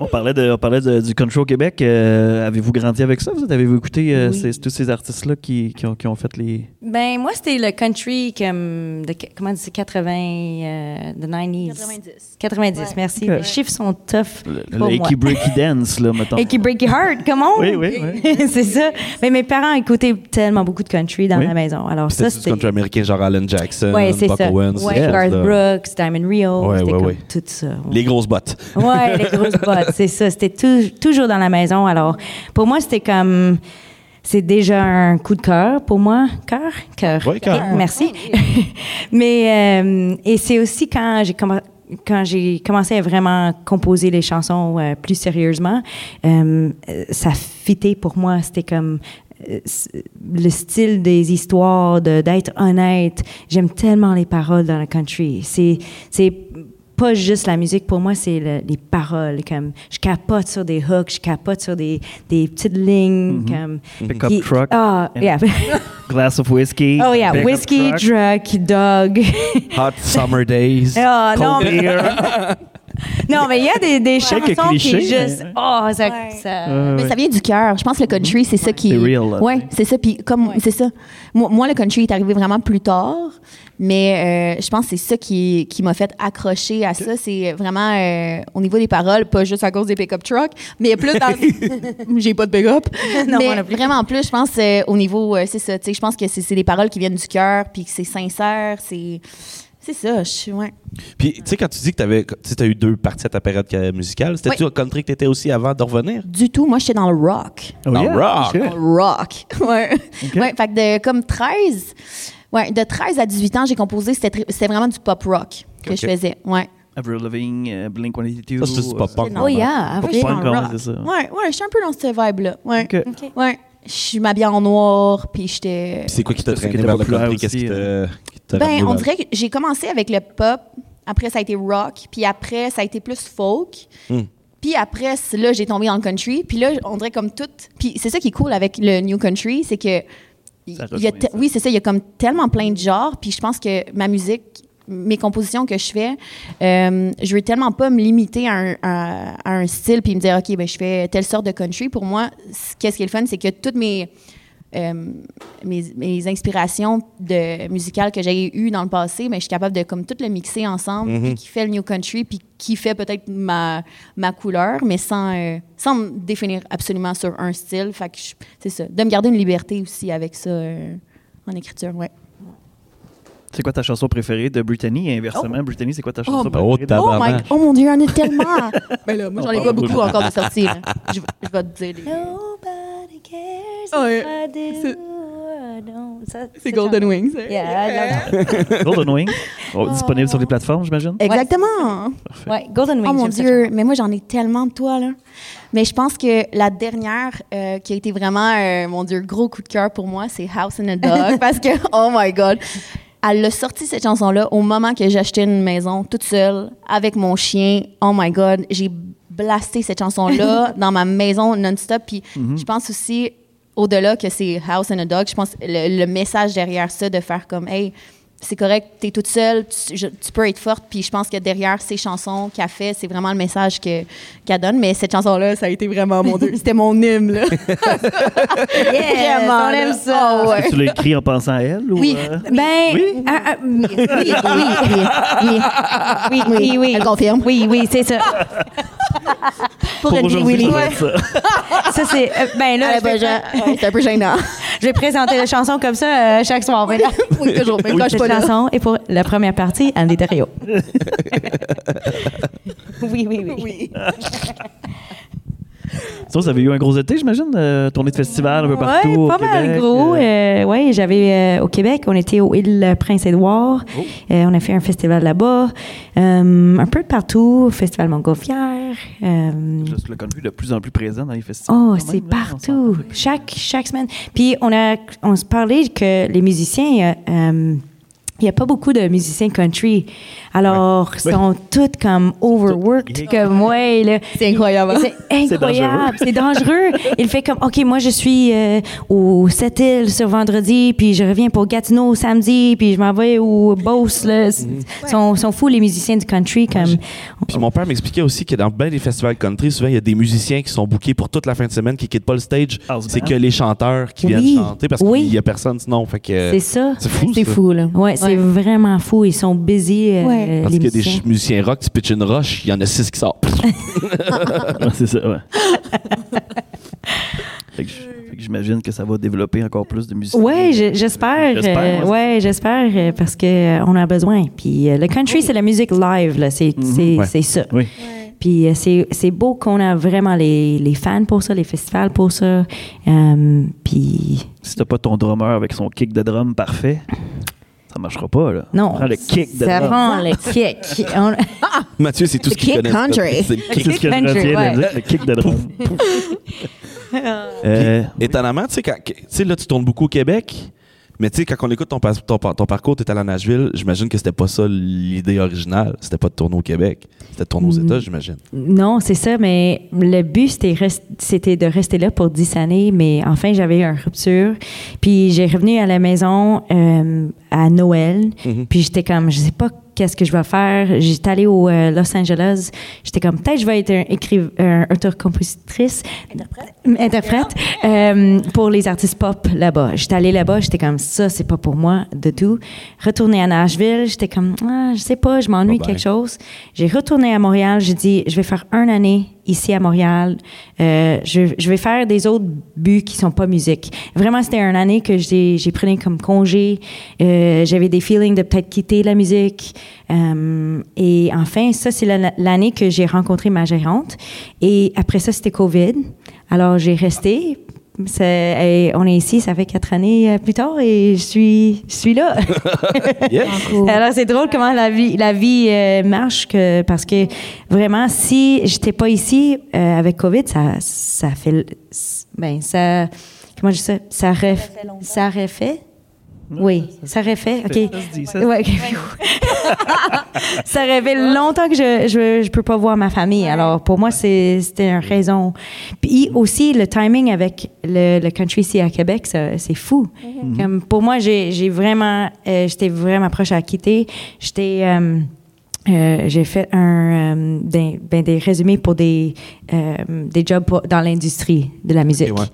Speaker 1: On parlait, de, on parlait de- du country au Québec. Euh, avez-vous grandi avec ça? Vous autres? avez-vous écouté euh,
Speaker 3: Oui.
Speaker 1: ces- tous ces artistes-là qui, qui ont, qui ont fait les...
Speaker 3: Ben moi c'était le country comme de, comment on dit 80 euh, the 90s.
Speaker 4: 90.
Speaker 3: 90, merci.
Speaker 1: Ok.
Speaker 3: Les chiffres sont tough.
Speaker 1: Le,
Speaker 3: pour
Speaker 1: le
Speaker 3: moi.
Speaker 1: Achy Breaky Dance, là, mettons.
Speaker 3: Et qui break your heart, comment?
Speaker 1: Oui, oui,
Speaker 3: c'est ça. Mais mes parents écoutaient tellement beaucoup de country dans
Speaker 1: Oui.
Speaker 3: la maison. Alors
Speaker 2: C'était
Speaker 3: ça,
Speaker 2: du country américain, genre Alan Jackson,
Speaker 3: Ouais, c'est
Speaker 2: Buck
Speaker 3: ça.
Speaker 2: Owens.
Speaker 3: Ouais,
Speaker 2: ces choses-là.
Speaker 3: Garth Brooks, Diamond Rio,
Speaker 2: Ouais,
Speaker 3: c'était
Speaker 2: ouais,
Speaker 3: comme
Speaker 2: ouais.
Speaker 3: tout ça. Ouais.
Speaker 2: Les grosses bottes.
Speaker 3: Ouais, les grosses bottes, c'est ça. C'était tou- toujours dans la maison. Alors, pour moi, c'était comme. c'est déjà un coup de cœur pour moi. Cœur? Cœur.
Speaker 2: Ouais, cœur.
Speaker 3: Eh, Merci. Mais, euh, et c'est aussi quand j'ai commen- quand j'ai commencé à vraiment composer les chansons euh, plus sérieusement, euh, euh, ça fitait pour moi. C'était comme euh, s- le style des histoires, de- d'être honnête. J'aime tellement les paroles dans le country. C'est c'est pas juste la musique, pour moi, c'est le- les paroles. Comme, je capote sur des hooks, je capote sur des, des petites lignes. comme,
Speaker 1: Pick-up
Speaker 3: qui-
Speaker 1: truck
Speaker 3: Ah,
Speaker 1: and-
Speaker 3: yeah.
Speaker 1: Glass of whiskey.
Speaker 3: oh, yeah.
Speaker 1: pick-up
Speaker 3: Whiskey,
Speaker 1: truck.
Speaker 3: truck, dog.
Speaker 2: Hot summer days.
Speaker 3: Ah, non,
Speaker 1: Cold
Speaker 3: mais-
Speaker 1: beer.
Speaker 3: Non, mais il y a des, des
Speaker 1: sais que
Speaker 3: chansons
Speaker 1: cliché,
Speaker 3: qui est juste.
Speaker 1: mais-
Speaker 3: Oh, ça.
Speaker 4: Ouais.
Speaker 3: ça-
Speaker 1: Ouais,
Speaker 4: Mais
Speaker 1: ouais.
Speaker 4: ça vient du cœur. Je pense que le country, c'est ça qui.
Speaker 1: C'est real, là, tu
Speaker 4: Ouais,
Speaker 1: sais.
Speaker 4: c'est ça. Puis comme c'est ça. Moi, moi, le country est arrivé vraiment plus tard, mais euh, je pense que c'est ça qui, qui m'a fait accrocher à ça. C'est vraiment euh, au niveau des paroles, pas juste à cause des pick-up trucks, mais plus dans. J'ai pas de pick-up.
Speaker 3: Non, moi
Speaker 4: mais
Speaker 3: non plus.
Speaker 4: vraiment plus, je pense euh, au niveau, euh, c'est ça. Tu sais, je pense que c'est c'est des paroles qui viennent du cœur, puis que c'est sincère, c'est c'est ça. Je suis ouais.
Speaker 2: Puis, tu sais, quand tu dis que tu as eu deux parties à ta période euh, musicale, c'était-tu au country que tu étais aussi avant de revenir?
Speaker 4: Du tout. Moi, j'étais dans le rock.
Speaker 1: Oh,
Speaker 2: Dans
Speaker 1: yeah,
Speaker 2: rock.
Speaker 1: sure.
Speaker 4: rock. Ouais. Ouais, fait que de comme 13, ouais, de 13 à 18 ans, j'ai composé, c'était tr- c'était vraiment du pop rock que
Speaker 2: Ok.
Speaker 4: je faisais. Ouais.
Speaker 1: Avril Lavigne, euh, Blink 182.
Speaker 2: Ça, c'est du pop punk.
Speaker 4: Oh yeah,
Speaker 1: Pop
Speaker 4: avril
Speaker 1: punk,
Speaker 4: en
Speaker 1: comment
Speaker 4: rock.
Speaker 1: c'est ça?
Speaker 4: Ouais, ouais, je suis un peu dans cette vibe là. Ouais.
Speaker 1: Ok.
Speaker 4: Ouais. Je m'habillais en noir, puis j'étais
Speaker 2: Puis c'est quoi qui t'a
Speaker 1: C'est ça qui
Speaker 2: traîné
Speaker 1: était
Speaker 2: vers le
Speaker 1: populaire
Speaker 2: country? Qu'est-ce
Speaker 1: aussi, euh,
Speaker 2: qui t'a qui t'a ramené
Speaker 4: Ben, on
Speaker 2: vers-
Speaker 4: dirait que j'ai commencé avec le pop, après ça a été rock, puis après ça a été plus folk. Puis après, c- là, j'ai tombé dans le country. Puis là, on dirait comme tout. Puis c'est ça qui est cool avec le New Country, c'est que. il
Speaker 1: Ça
Speaker 4: y a
Speaker 1: rejoint
Speaker 4: te-
Speaker 1: ça.
Speaker 4: oui, c'est ça, il y a comme tellement plein de genres. Puis je pense que ma musique, mes compositions que je fais, euh, je veux tellement pas me limiter à un, à- à un style puis me dire, OK, ben, je fais telle sorte de country. Pour moi, c- qu'est-ce qui est le fun, c'est que toutes mes. euh, mes, mes inspirations de musicales que j'ai eues dans le passé, mais je suis capable de comme tout le mixer ensemble, puis qui fait le new country, puis qui fait peut-être ma, ma couleur, mais sans, euh, sans me définir absolument sur un style. Fait que je- c'est ça, de me garder une liberté aussi avec ça euh, en écriture, ouais.
Speaker 1: Euh, C'est quoi ta chanson préférée de Brittany? Et inversement, Brittany, c'est quoi ta
Speaker 3: ben,
Speaker 1: chanson
Speaker 4: Oh,
Speaker 1: préférée?
Speaker 2: oh,
Speaker 1: de-
Speaker 2: tabarnak.
Speaker 4: Oh, my,
Speaker 2: Tabarnak.
Speaker 4: oh mon Dieu, il y en a tellement! ben là, moi, j'en ai
Speaker 2: On
Speaker 4: pas
Speaker 2: parle
Speaker 4: beaucoup
Speaker 2: beaucoup.
Speaker 4: encore de sorties. là. Je, je vais te dire. les-
Speaker 3: Nobody cares if
Speaker 4: Ouais.
Speaker 3: I do
Speaker 4: C'est-
Speaker 3: or don't. Ça,
Speaker 4: C'est Golden Wings. hein?
Speaker 3: Yeah, I love that.
Speaker 1: Golden Wing. Oh, Disponible sur les plateformes, j'imagine?
Speaker 3: Eh.
Speaker 4: Exactement!
Speaker 3: Ouais, Golden Wings.
Speaker 4: Oh mon
Speaker 3: j'aime ça.
Speaker 4: Dieu, mais moi j'en ai tellement de toi là. Mais je pense que la dernière euh, qui a été vraiment euh, mon Dieu gros coup de cœur pour moi, c'est House and a Dog parce que oh my God, elle a sorti cette chanson là au moment que j'achetais une maison toute seule avec mon chien. Oh my God, j'ai blasté cette chanson là dans ma maison non-stop. Puis je pense aussi au-delà que c'est House and a Dog, je pense le, le message derrière ça de faire comme hey c'est correct, tu es toute seule, tu, je- tu peux être forte. Puis je pense que derrière ces chansons qu'elle fait, c'est vraiment le message que- qu'elle donne. Mais cette chanson-là, ça a été vraiment mon Dieu. C'était mon hymne, là.
Speaker 3: Yes,
Speaker 4: Vraiment,
Speaker 3: on
Speaker 4: là.
Speaker 3: aime ça.
Speaker 4: Ah ouais.
Speaker 1: Tu l'as écrit en pensant à elle? Ou,
Speaker 4: Oui.
Speaker 1: euh,
Speaker 3: Ben,
Speaker 1: Oui?
Speaker 3: ah, ah, oui, oui, oui, oui,
Speaker 4: oui,
Speaker 3: oui, oui, oui.
Speaker 4: Elle confirme.
Speaker 3: Oui, oui, c'est ça.
Speaker 1: Pour
Speaker 3: Andy
Speaker 1: aujourd'hui,
Speaker 3: Willy.
Speaker 1: ça doit être ça.
Speaker 3: Ça, c'est. euh, ben là,
Speaker 4: Ah,
Speaker 3: je, vais,
Speaker 4: ben, je- ouais, c'est un peu gênant.
Speaker 3: je vais présenter la chanson comme ça euh, chaque soir. maintenant.
Speaker 4: oui, toujours. Même quand je suis
Speaker 3: Cette
Speaker 4: pas là.
Speaker 3: chanson est pour la première partie, Andy Terrio. oui, oui, oui.
Speaker 4: Oui.
Speaker 1: Ça, vous avez eu un gros été, j'imagine, euh, tournée de festival un peu partout.
Speaker 3: Ouais,
Speaker 1: au
Speaker 3: pas mal
Speaker 1: Québec,
Speaker 3: gros.
Speaker 1: euh,
Speaker 3: euh, ouais, j'avais euh, au Québec, on était au île Prince-Édouard. Euh, on a fait un festival là-bas. Euh, un peu partout, festival Montgolfière. Euh,
Speaker 1: Juste le connu de plus en plus présent dans les festivals.
Speaker 3: Oh,
Speaker 1: quand
Speaker 3: c'est
Speaker 1: même, là, on
Speaker 3: partout,
Speaker 1: s'entend.
Speaker 3: chaque, chaque semaine. Puis on, a, on se parlait que les musiciens, euh, euh, il n'y a pas beaucoup de musiciens country. Alors, ils sont tous comme overworked, comme, ouais, là.
Speaker 4: C'est incroyable.
Speaker 3: C'est incroyable, c'est dangereux. Il fait comme, OK, moi, je suis euh, au Sept-Îles ce vendredi, puis je reviens pour Gatineau samedi, puis je m'en vais au Beauce. Là. C'est- sont, sont fous, les musiciens du country. comme
Speaker 2: Puis mon père m'expliquait aussi que dans bien des festivals country, souvent, il y a des musiciens qui sont bookés pour toute la fin de semaine, qui quittent pas le stage.
Speaker 1: House
Speaker 2: C'est
Speaker 1: band.
Speaker 2: que les chanteurs qui
Speaker 3: Oui.
Speaker 2: viennent chanter parce
Speaker 3: Oui.
Speaker 2: qu'il y a personne sinon. Fait que,
Speaker 3: C'est ça.
Speaker 2: Euh, C'est fou,
Speaker 4: C'est
Speaker 2: ça.
Speaker 4: fou, là.
Speaker 3: Ouais, c'est vraiment fou. Ils sont busy, euh,
Speaker 4: Ouais.
Speaker 2: Parce
Speaker 3: les
Speaker 2: qu'il y a des
Speaker 3: musiciens.
Speaker 2: ch- musiciens rock qui se pitchent une roche, il y en a six qui sortent.
Speaker 1: Ouais, c'est ça, ouais. Fait que j- fait que j'imagine que ça va développer encore plus de
Speaker 2: euh,
Speaker 1: musique.
Speaker 3: Ouais, je- j'espère.
Speaker 1: J'espère,
Speaker 3: euh, ouais, j'espère euh, parce que euh, on a besoin. Puis euh, le country, c'est la musique live, là. C'est c'est-
Speaker 2: Mhm. Ouais.
Speaker 3: c'est ça.
Speaker 1: Oui.
Speaker 3: Puis euh, c'est c'est beau qu'on a vraiment les, les fans pour ça, les festivals pour ça. Euh, puis
Speaker 1: Si t'as pas ton drummer avec son kick de drum parfait, ça marchera pas, là.
Speaker 3: non.
Speaker 1: Prends le kick de
Speaker 5: Ça
Speaker 1: drum.
Speaker 5: prend le kick. On-
Speaker 2: Mathieu, c'est tout ce
Speaker 5: The
Speaker 2: qu'il
Speaker 5: Kid
Speaker 2: connaît.
Speaker 5: Country.
Speaker 2: C'est le kick.
Speaker 1: C'est ce que je
Speaker 5: country,
Speaker 1: retiens de la
Speaker 5: ouais.
Speaker 1: musique, le kick de drum. Euh,
Speaker 2: Étonnamment, tu sais, quand- tu sais, là, tu tournes beaucoup au Québec, mais tu sais, quand on écoute ton, pas- ton, par- ton parcours, t'es allé à Nashville, j'imagine que c'était pas ça l'idée originale. C'était pas de tourner au Québec. C'était de tourner
Speaker 3: Mm.
Speaker 2: aux États, j'imagine.
Speaker 3: Non, c'est ça, mais le but, c'était rest- c'était de rester là pour 10 années, mais enfin, j'avais eu une rupture. Puis j'ai revenu à la maison euh, à Noël, puis j'étais comme, je sais pas qu'est-ce que je vais faire. J'étais allée au euh, Los Angeles, j'étais comme, peut-être je vais être un écriv- un auteur-compositrice, interprète, euh, pour les artistes pop là-bas. J'étais allée là-bas, j'étais comme, ça, c'est pas pour moi de tout. Retourner à Nashville, j'étais comme, ah, je sais pas, je m'ennuie
Speaker 2: Bye-bye.
Speaker 3: quelque chose chose. J'ai retourné à Montréal. J'ai dit, je vais faire une année ici à Montréal. Euh, je, je vais faire des autres buts qui sont pas musique. Vraiment, c'était une année que j'ai, j'ai pris comme congé. Euh, j'avais des feelings de peut-être quitter la musique. Euh, et enfin, ça, c'est la- l'année que j'ai rencontré ma gérante. Et après ça, c'était COVID. Alors, j'ai resté. Ça- et on est ici, ça fait quatre années euh, plus tard et je suis, je suis là.
Speaker 2: Yes.
Speaker 3: Alors, c'est drôle comment la vie, la vie euh, marche, que, parce que vraiment, si j'étais pas ici euh, avec COVID, ça, ça fait. le- s- Ben, ça. Comment je dis ça? Ça aurait, ça aurait fait? Oui, ça aurait fait. OK.
Speaker 1: Ça se dit, ça se dit.
Speaker 3: Ouais, ok. ça aurait fait longtemps que je, je, je peux pas voir ma famille. Alors, pour moi, c'est- c'était une raison. Puis aussi, le timing avec le, le country ici à Québec, ça- c'est fou. Comme pour moi, j'ai j'ai vraiment, euh, j'étais vraiment proche à quitter. J'étais, euh, euh, j'ai fait un, euh, des, ben, des résumés pour des, euh, des jobs pour- dans l'industrie de la musique.
Speaker 2: Ok, ouais.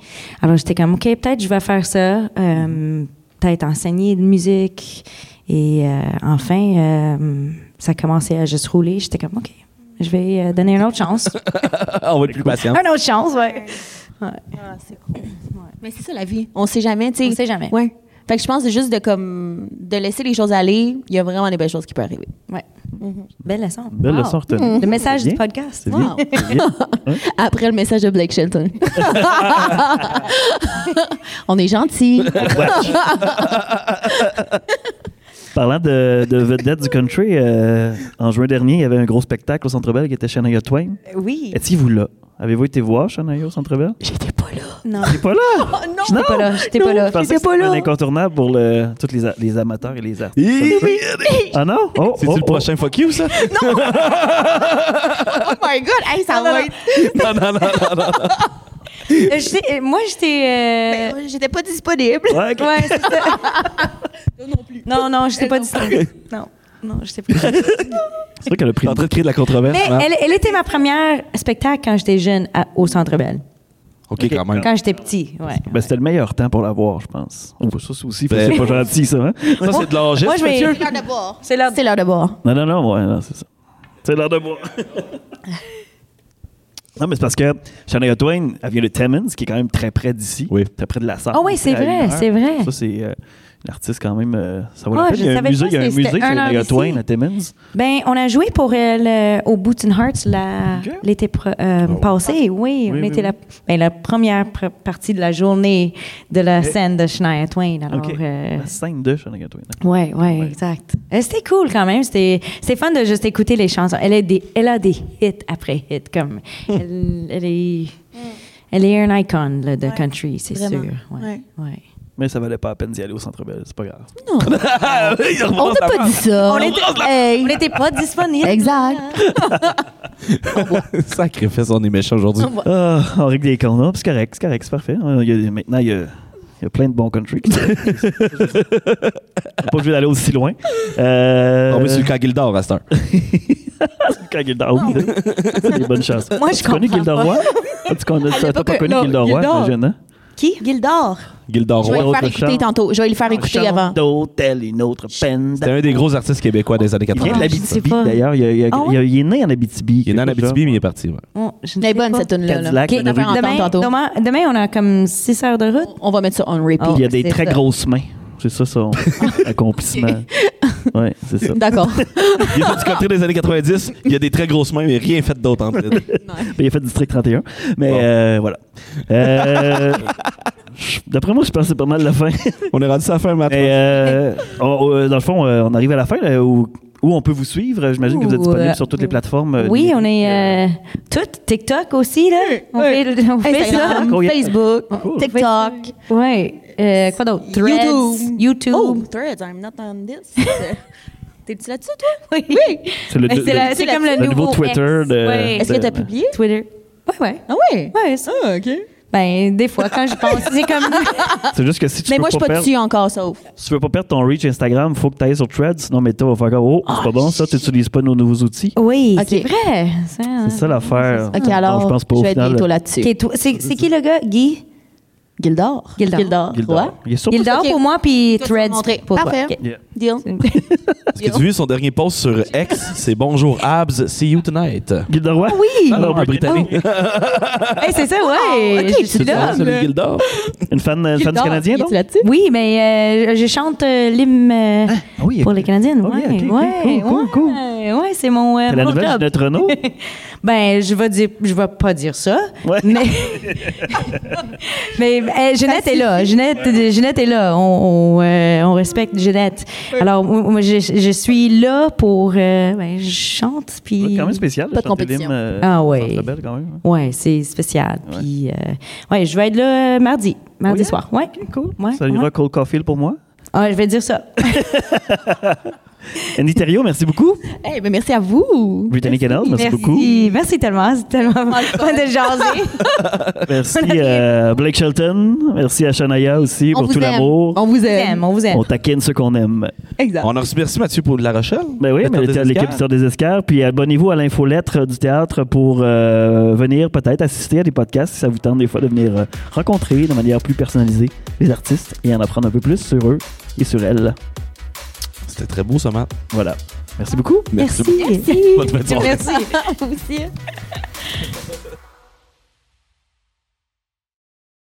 Speaker 3: Alors, j'étais comme, OK, peut-être je vais faire ça, euh, peut-être enseigner de musique. Et euh, enfin, euh, ça commençait à juste rouler. J'étais comme, OK, je vais euh, donner une autre chance.
Speaker 2: on va être plus
Speaker 1: Hein?
Speaker 2: patient.
Speaker 3: une autre chance, ouais.
Speaker 4: Mais c'est ça la vie. On sait jamais, tu sais.
Speaker 3: On sait jamais.
Speaker 4: Ouais. Fait que je pense juste de comme de laisser les choses aller, il y a vraiment des belles choses qui peuvent arriver.
Speaker 3: ouais. Mm-hmm. Belle leçon.
Speaker 1: Belle
Speaker 3: Wow.
Speaker 1: leçon retenue.
Speaker 3: Le message
Speaker 1: C'est
Speaker 3: du
Speaker 1: bien.
Speaker 3: podcast.
Speaker 1: C'est bien.
Speaker 4: Wow.
Speaker 1: C'est bien.
Speaker 4: Après le message de Blake Shelton. On est gentil.
Speaker 1: Parlant de, de vedettes du country, euh, en juin dernier, il y avait un gros spectacle au Centre Bell qui était Shania Twain.
Speaker 3: Oui.
Speaker 1: Étiez-vous là? Avez-vous été voir Shania au Centre Bell?
Speaker 4: J'étais pas là.
Speaker 3: Non.
Speaker 1: J'étais pas là!
Speaker 4: Oh, non,
Speaker 1: j'étais
Speaker 3: pas là, j'étais pas là,
Speaker 1: Je pensais
Speaker 3: j'étais
Speaker 1: que
Speaker 3: pas
Speaker 1: c'était un
Speaker 3: là.
Speaker 1: incontournable pour le, tous les, a- les amateurs et les artistes.
Speaker 2: C'est-tu
Speaker 1: Ah non? Oh, oh,
Speaker 2: le
Speaker 1: oh.
Speaker 2: prochain fuck you, ça?
Speaker 4: Oh my God, hey, ça va être-
Speaker 2: non, non, non, non, non.
Speaker 1: Ben,
Speaker 3: Euh, j'étais- euh, moi, j'étais. euh,
Speaker 4: Euh, J'étais pas disponible.
Speaker 1: Ouais, ok.
Speaker 3: Ouais, c'est ça. Ben, Non, non, j'étais pas disponible. Non, non, j'étais pas
Speaker 1: C'est vrai qu'elle a pris
Speaker 2: T'es en train de créer de la controverse.
Speaker 3: Mais
Speaker 2: hein?
Speaker 3: elle, elle était ma première spectacle quand j'étais jeune à- au Centre Belle.
Speaker 2: OK, quand même.
Speaker 3: Quand j'étais petit, ouais.
Speaker 1: Ben, c'était le meilleur temps pour la voir, je pense. Oh, ça, c'est aussi,
Speaker 2: Ben-
Speaker 1: c'est pas gentil, ça. hein?
Speaker 2: Ça, c'est de l'âge.
Speaker 3: Moi, je vais-
Speaker 4: C'est l'heure de boire.
Speaker 3: C'est l'heure de-
Speaker 4: C'est l'heure de boire.
Speaker 1: Non, non, non, ouais, non, c'est ça. C'est l'heure de moi. non, mais c'est parce que Shania Twain, elle vient de Timmins, qui est quand même très près d'ici.
Speaker 2: Oui.
Speaker 1: Très près de la salle.
Speaker 3: Ah oui, c'est
Speaker 1: Très
Speaker 3: vrai,
Speaker 1: à une heure.
Speaker 3: c'est vrai.
Speaker 1: Ça, c'est euh, une artiste quand même. euh, ça vaut
Speaker 3: Ah,
Speaker 1: la peine.
Speaker 3: je
Speaker 1: Il y a un
Speaker 3: savais
Speaker 1: musée,
Speaker 3: pas
Speaker 1: il y a un
Speaker 3: si
Speaker 1: musée
Speaker 3: c'était
Speaker 1: sur
Speaker 3: un
Speaker 1: Shania
Speaker 3: heure
Speaker 1: Twain
Speaker 3: ici.
Speaker 1: à Timmins.
Speaker 3: Ben, on a joué pour elle euh, au Boots and Hearts la-
Speaker 1: Ok. Oh. Ah.
Speaker 3: l'été pro- euh, passé,
Speaker 1: Oui,
Speaker 3: oui. on
Speaker 1: oui,
Speaker 3: était
Speaker 1: oui.
Speaker 3: La, ben, la première pr- partie de la journée de la scène de Shania Twain. Alors,
Speaker 1: Eh. OK.
Speaker 3: euh,
Speaker 1: La scène de Shania Twain.
Speaker 3: ouais, ouais,
Speaker 1: Ouais.
Speaker 3: exact. Euh, C'était cool quand même. C'était c'était fun de juste écouter les chansons. Elle a des, elle a des hits après hits. Comme, elle, elle est, elle est un icon là, de country, c'est sûr.
Speaker 4: Mm. Vraiment.
Speaker 3: Ouais, ouais.
Speaker 1: Mais ça valait pas la peine d'y aller au Centre Bell, c'est pas grave.
Speaker 4: On t'a pas dit ça.
Speaker 3: On était-
Speaker 4: Hey.
Speaker 3: On n'était pas disponible.
Speaker 4: Exact.
Speaker 2: Sacré fesse, on est méchant aujourd'hui.
Speaker 1: Ah, on règle les comptes, non? Puis C'est correct, c'est correct, c'est parfait. Il y a- maintenant, il y a, il y a plein de bons country. On n'est pas obligé d'aller aussi loin. Euh,
Speaker 2: On est sur le camp Gildor à cette heure.
Speaker 1: Quand Gilda oui, c'est des bonnes chances.
Speaker 3: Moi, je
Speaker 1: tu connais
Speaker 3: comprends
Speaker 1: Gilda
Speaker 3: pas.
Speaker 1: Roy? Ah, tu connais, t'as
Speaker 4: l'époque,
Speaker 1: pas connu
Speaker 4: non,
Speaker 1: Gilda Roy,
Speaker 4: Gilda.
Speaker 1: imagine, hein?
Speaker 3: Qui?
Speaker 4: Gildor.
Speaker 2: Gildor
Speaker 4: Je vais
Speaker 2: Roy.
Speaker 4: le
Speaker 1: autre
Speaker 4: faire écouter
Speaker 1: chante.
Speaker 4: tantôt. Je vais le faire écouter
Speaker 1: Chante
Speaker 4: avant.
Speaker 1: d'hôtel, une autre peine.
Speaker 2: C'était un des gros artistes québécois des années
Speaker 1: Il vient
Speaker 2: 80.
Speaker 1: de
Speaker 3: Ah, je sais
Speaker 1: l'Abitibi,
Speaker 3: pas.
Speaker 1: d'ailleurs. Il, y a- il y a-
Speaker 3: Ah ouais?
Speaker 1: il y a- il est né en Abitibi.
Speaker 2: Il est dans l'Abitibi, mais il est parti. ouais.
Speaker 3: Oh, je ne
Speaker 4: Elle est
Speaker 3: sais
Speaker 4: bonne
Speaker 3: pas.
Speaker 4: cette tune-là. là.
Speaker 1: Cadillac,
Speaker 4: Ok, on va faire entendre
Speaker 3: Demain,
Speaker 4: tantôt.
Speaker 3: demain, demain, on a comme 6 heures de route.
Speaker 4: On va mettre ça on
Speaker 1: Puis
Speaker 4: repeat.
Speaker 1: il y a des
Speaker 3: Ah, c'est
Speaker 1: très
Speaker 3: ça.
Speaker 1: grosses mains. C'est ça son accomplissement. Ouais, c'est ça.
Speaker 4: D'accord.
Speaker 2: Il est tout du cocktail des années 90, il a des très grosses mains, mais rien fait d'autre en fait.
Speaker 1: Il a fait District 31. Mais
Speaker 2: Bon.
Speaker 1: euh, voilà. Euh, je- D'après moi, je pense que c'est pas mal la fin.
Speaker 2: On est rendu ça à la fin, Matt.
Speaker 1: Mais euh, on- euh, dans le fond, euh, on arrive à la fin là, où, où on peut vous suivre. J'imagine que vous êtes
Speaker 3: Ouh,
Speaker 1: disponible
Speaker 3: euh,
Speaker 1: sur toutes les plateformes. euh,
Speaker 3: Oui,
Speaker 1: numériques.
Speaker 3: on est euh, toutes. TikTok aussi, là. On
Speaker 4: oui.
Speaker 3: fait, on fait ça.
Speaker 4: Instagram,
Speaker 1: Courriel.
Speaker 4: Facebook,
Speaker 1: Cool.
Speaker 4: TikTok,
Speaker 3: Oui. Euh, quoi d'autre? Threads,
Speaker 4: YouTube.
Speaker 3: YouTube.
Speaker 4: Oh, Threads, I'm not on this. T'es-tu là-dessus, toi?
Speaker 3: Oui.
Speaker 1: C'est le-
Speaker 3: Mais
Speaker 1: le-
Speaker 3: C'est la-
Speaker 1: le-
Speaker 3: c'est comme le,
Speaker 1: le nouveau Twitter
Speaker 3: X.
Speaker 1: de-
Speaker 3: Ouais.
Speaker 4: Est-ce que t'as
Speaker 1: Ben,
Speaker 4: publié?
Speaker 3: Twitter. Oui, oui.
Speaker 4: Ah ouais?
Speaker 3: Ouais, ça.
Speaker 4: Ah, OK.
Speaker 3: Ben, des fois, quand je pense, c'est comme.
Speaker 1: C'est juste que si tu
Speaker 4: Mais
Speaker 1: peux
Speaker 4: moi, je
Speaker 1: pas
Speaker 4: suis pas
Speaker 1: perdre,
Speaker 4: dessus encore, sauf.
Speaker 1: si tu veux pas perdre ton reach Instagram, faut que tu ailles sur Threads. Sinon, Meta va faire comme, oh, c'est pas bon ça, tu n'utilises pas nos nouveaux outils.
Speaker 3: Oui,
Speaker 4: Ok.
Speaker 3: c'est vrai. C'est
Speaker 1: C'est ça l'affaire.
Speaker 4: OK,
Speaker 1: Donc,
Speaker 4: alors,
Speaker 1: Ah, je pense pas au
Speaker 4: vais être
Speaker 1: final.
Speaker 4: bientôt là-dessus.
Speaker 3: Ok, toi- C'est c'est qui le gars? Guy?
Speaker 4: Gildor.
Speaker 3: Gildor.
Speaker 4: Gildor.
Speaker 1: Gildor.
Speaker 4: Ouais.
Speaker 1: Il est sur
Speaker 3: Gildor
Speaker 4: Ok.
Speaker 3: pour moi, puis
Speaker 4: Toi, tu vas me
Speaker 3: Threads
Speaker 4: montrer.
Speaker 3: pour
Speaker 4: Parfait.
Speaker 3: toi. Ok.
Speaker 1: Yeah.
Speaker 4: Deal.
Speaker 2: Est-ce que tu as vu son dernier post sur X? C'est bonjour Abs, see you tonight.
Speaker 1: Gildor Roy?
Speaker 3: Oui!
Speaker 1: Ah, non,
Speaker 2: Un Britannique.
Speaker 3: Hey, c'est ça, ouais!
Speaker 4: ok,
Speaker 3: Oh, je suis
Speaker 2: C'est
Speaker 3: là.
Speaker 2: ça, celui Gildor.
Speaker 1: Une fan, une fan du
Speaker 4: Gildor,
Speaker 1: Canadien,
Speaker 4: es-tu
Speaker 1: donc?
Speaker 4: là-dessus?
Speaker 3: Oui, mais euh, je chante euh, l'hymne euh,
Speaker 1: Ah oui,
Speaker 3: pour
Speaker 1: ok.
Speaker 3: les Canadiennes.
Speaker 1: Ok,
Speaker 3: Ouais,
Speaker 1: ok, ok,
Speaker 3: ouais,
Speaker 1: cool, cool,
Speaker 3: ouais,
Speaker 1: cool.
Speaker 3: ouais, c'est mon. euh,
Speaker 1: C'est la
Speaker 3: mon
Speaker 1: nouvelle
Speaker 3: job.
Speaker 1: Ginette Renault?
Speaker 3: ben, je vais dire, je vais pas dire ça.
Speaker 1: Ouais.
Speaker 3: Mais, mais euh, Ginette est là. Ginette, Ginette est là. On, on, euh, on respecte Ginette. Alors, moi, je, je suis là pour. euh, ben, je chante puis.
Speaker 1: Ouais, quand même spécial.
Speaker 4: Pas de
Speaker 1: chanter
Speaker 4: compétition.
Speaker 1: l'hymne, euh,
Speaker 3: Ah ouais.
Speaker 1: Centre Bell, quand même. hein.
Speaker 3: Ouais, c'est spécial. Puis, euh, ouais, je vais être là euh, mardi, mardi
Speaker 1: Oh, yeah?
Speaker 3: soir. Ouais.
Speaker 1: Cool.
Speaker 3: Ouais,
Speaker 1: Ça ira
Speaker 3: ouais.
Speaker 1: Cold Caulfield pour moi.
Speaker 3: Ah, je vais dire ça.
Speaker 1: Annie Thériault, merci beaucoup.
Speaker 4: Eh, ben, merci à vous.
Speaker 1: Britannique Canal, Ah, merci, beaucoup.
Speaker 3: Merci tellement. C'est tellement fun de jaser.
Speaker 1: Merci à Blake Shelton. Merci à Shania aussi
Speaker 4: On
Speaker 1: pour
Speaker 4: vous
Speaker 1: tout
Speaker 4: aime.
Speaker 1: l'amour.
Speaker 4: On vous
Speaker 3: On vous
Speaker 4: aime.
Speaker 3: aime, on vous aime.
Speaker 1: Oh. On taquine ceux qu'on aime.
Speaker 4: Exact.
Speaker 2: On a remercié Mathieu pour de La Rochelle.
Speaker 1: Ben oui, mais
Speaker 2: Metteur des
Speaker 1: l'équipe
Speaker 2: escales.
Speaker 1: sur des escarres. Puis abonnez-vous à l'infolettre du théâtre pour euh, venir peut-être assister à des podcasts si ça vous tente des fois de venir euh, rencontrer de manière plus personnalisée les artistes et en apprendre un peu plus sur eux et sur elles.
Speaker 2: C'était très beau, ce Matt.
Speaker 1: Voilà. Merci beaucoup.
Speaker 3: Merci.
Speaker 2: beaucoup.
Speaker 3: Merci.
Speaker 2: Bonne fin de soirée.
Speaker 3: Merci.
Speaker 4: vous aussi.